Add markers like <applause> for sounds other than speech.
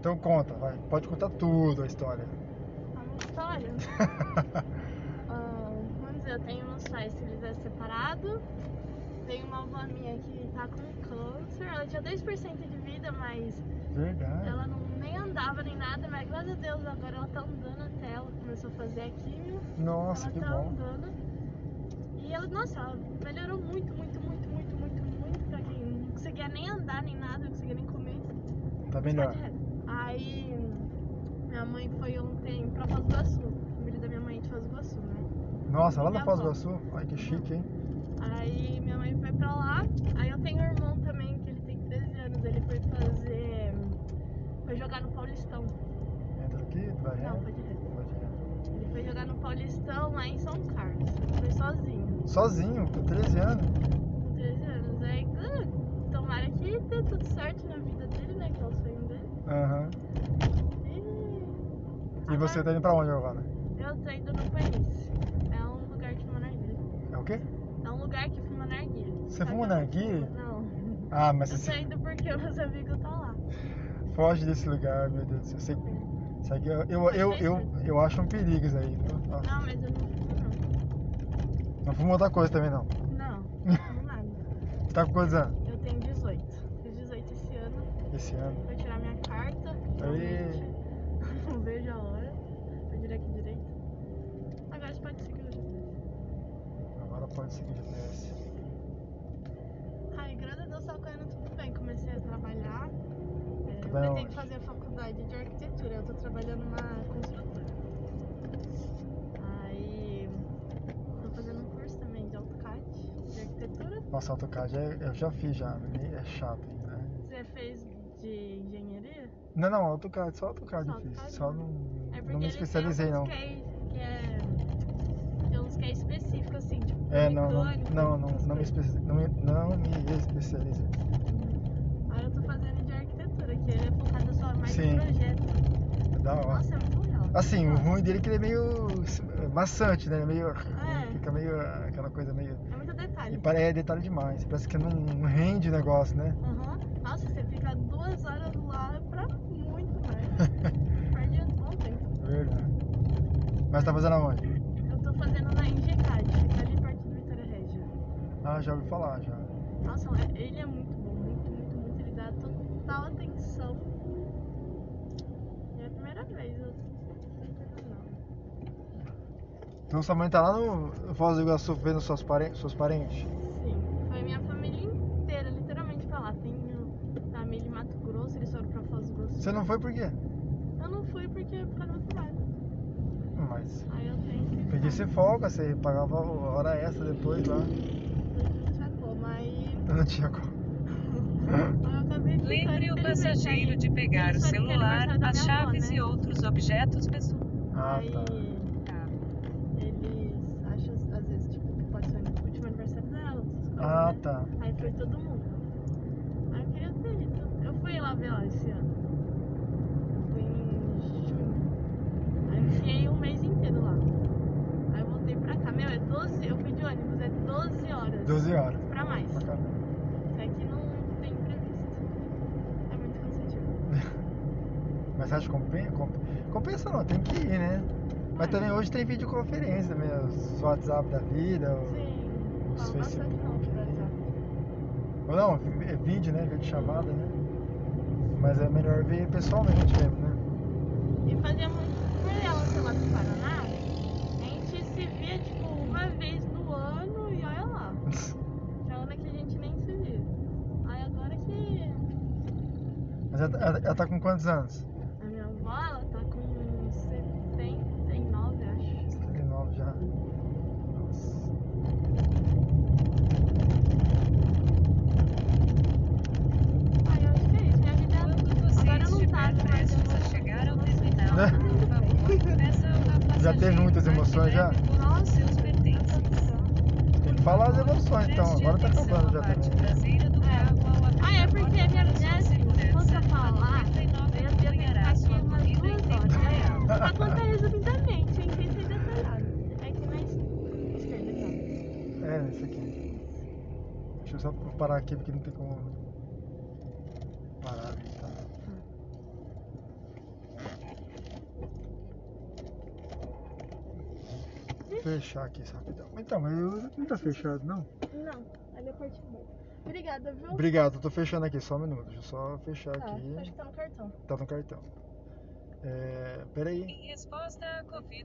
Então conta, vai. Pode contar tudo a história. <laughs> A minha história? Ah, vamos dizer, eu tenho meus pais que eles é separado. Tem uma avó minha que tá com câncer. Ela tinha 2% de vida, mas Verdade. ela não, nem andava nem nada. Mas graças a Deus agora ela tá andando até. Ela começou a fazer a químio. Nossa, ela que tá bom. andando. E ela, nossa, ela melhorou muito, muito, muito, muito, muito, muito. Pra quem não conseguia nem andar nem nada, não conseguia nem comer. Tá Só melhor. de reto. Aí minha mãe foi ontem pra Foz do Iguaçu. A família da minha mãe é de Foz do Iguaçu, né? Nossa, lá na Minha Foz do avó. Iguaçu. Ai, que chique, hein? Aí minha mãe foi pra lá. Aí eu tenho um irmão também, que ele tem 13 anos. Ele foi fazer. Foi jogar no Paulistão. Entra aqui, vai Não, reto. foi de reto. vai direto. Ele foi jogar no Paulistão lá em São Carlos. Foi sozinho, Sozinho, com 13 anos. com 13 anos. Aí, ah, tomara que dê tudo certo na vida dele, né? Que é o sonho dele. Aham. E, E você tá indo pra onde agora? Eu tô indo no país. É um lugar de monarquia. É o quê? É um lugar que fuma narguilha. Você Só que fuma eu não narguilha? fumo, Não. Ah, mas Eu tô você indo porque <laughs> meus amigos estão lá. foge desse lugar, meu Deus. do céu. Você, isso aqui, eu, eu, eu, eu, eu acho um perigo isso aí. viu? Nossa. Não, mas eu não fumo, Não fumo outra coisa também, não. não. Não, não fumo nada. Você tá com quantos anos Eu tenho 18. Fiz 18 esse ano. esse ano? Vou tirar minha carta. Aê. finalmente. Não <laughs> vejo a hora. Vou direto aqui direito. Agora você pode seguir o GPS. Agora pode seguir o GPS. Ai, graças a Deus, tá correndo tudo bem. Comecei a trabalhar. É, Tá eu bem pretendo aonde? fazer faculdade de arquitetura. Eu tô trabalhando numa construtora. Aí. Tô fazendo um curso também de AutoCAD, de arquitetura. Nossa, AutoCAD é- eu já fiz já, nem- é chato, né? Você fez de engenharia? Não, não, AutoCAD, só AutoCAD Só eu fiz. AutoCAD? Só não, É porque não me ele especializei, não. tem alguns que é, que é. Tem uns que é específico, assim, tipo. É, não, não, mecânico, não, não, essas não me coisas. especializei. Não, me- não me especializei. Aí eu tô fazendo de arquitetura, que ele é focado só mais Sim. no projeto. É da hora. Nossa, é muito legal. Assim, o Nossa, ruim dele é que ele é meio eh, maçante, né? Ele é Meio, É. Fica meio ah, aquela coisa meio. É muito E detalhe. pare- é detalhe demais. Parece que não não rende o negócio, né? Aham. Nossa, você fica duas horas lá pra muito mais. <laughs> Perde um bom tempo. É Verdade. Mas tá fazendo aonde? Eu tô fazendo na INGCAD, que é ali perto do Vitória Regia. Ah, já ouvi falar, já. Nossa, é- ele é muito bom, muito, muito, muito. Ele dá total atenção. E é a primeira vez, eu tá não. Então sua mãe tá lá no Foz do Iguaçu vendo seus, pare... seus parentes? Sim, foi minha família inteira, literalmente pra lá. Tenho família em Mato Grosso, eles foram pra Foz do Iguaçu. Você não foi por quê? Eu não fui porque por causa do meu trabalho. Mas Aí eu tenho que. peguei esse folga, você pagava hora extra depois lá. Sacou, mas Eu não tinha como. eu acabei ficando, Lembre o infelizmente, passageiro aí- de pegar o Isso era que era celular, aniversário da as minha avó, chaves né? e outros objetos pessoais. Ah, aí, tá. Eles acham, às vezes, tipo, que pode ser o último aniversário dela. essas coisas, Ah, né? tá. Aí foi todo mundo. Aí eu queria ter ido. Eu fui lá ver ela esse ano. Eu fui em junho. Aí eu fiquei um mês inteiro lá. Aí eu voltei pra cá. Meu, é 12. Eu fui de ônibus, é 12 horas. 12 horas. Pra mais. Pra cá. Isso aqui não tem previsto. É muito cansativo. Mas você acha que compensa? Compensa não, tem que ir, né? Mas Vai. também hoje tem videoconferência também, os WhatsApp da vida. o- Sim. Os Fala bastante não, por exemplo. Ou não, vi- é vídeo, né? Vídeo chamada, né? Mas é melhor ver pessoalmente mesmo, né? <laughs> E fazia muito por ela ser lá do Paraná. A gente se via, tipo, uma vez no ano e olha lá. Já ano que a gente nem se via. Aí agora que Mas ela, ela- ela tá com quantos anos? a minha avó, ela tá com 79, acho. 79 já. Nossa. Aí eu acho que é isso, minha vida Quando você Agora não tá, estiver não tá, prestes não a tá. chegar ao terminal, Né? <laughs> por favor, peça ao passageiro Já teve muitas para que emoções, já? leve todos os seus é pertences. muito Tem que falar as emoções então, Preste agora tá atenção acabando já à parte também. traseira do É. carro ao abrir Ah, é a porque porta a minha para sua viagem, segurança, quando eu a falar, 99 eu devia ter acompanhará aqui sua umas corrida em duas tempo real. horas. Pra tá contar resumidamente, hein? Sem ser detalhado. É que na es- esquerda, então. É, nesse aqui. Deixa eu só parar aqui porque não tem como. Parar, tá. fechar aqui esse rapidão. Então, eu não tá fechado, não. Não, ali é a parte boa. Obrigada, viu? Obrigado, eu tô fechando aqui, só um minuto. Deixa eu só fechar Tá, acho aqui. que tá no cartão. Tá no cartão. É, peraí. Em resposta à Covid.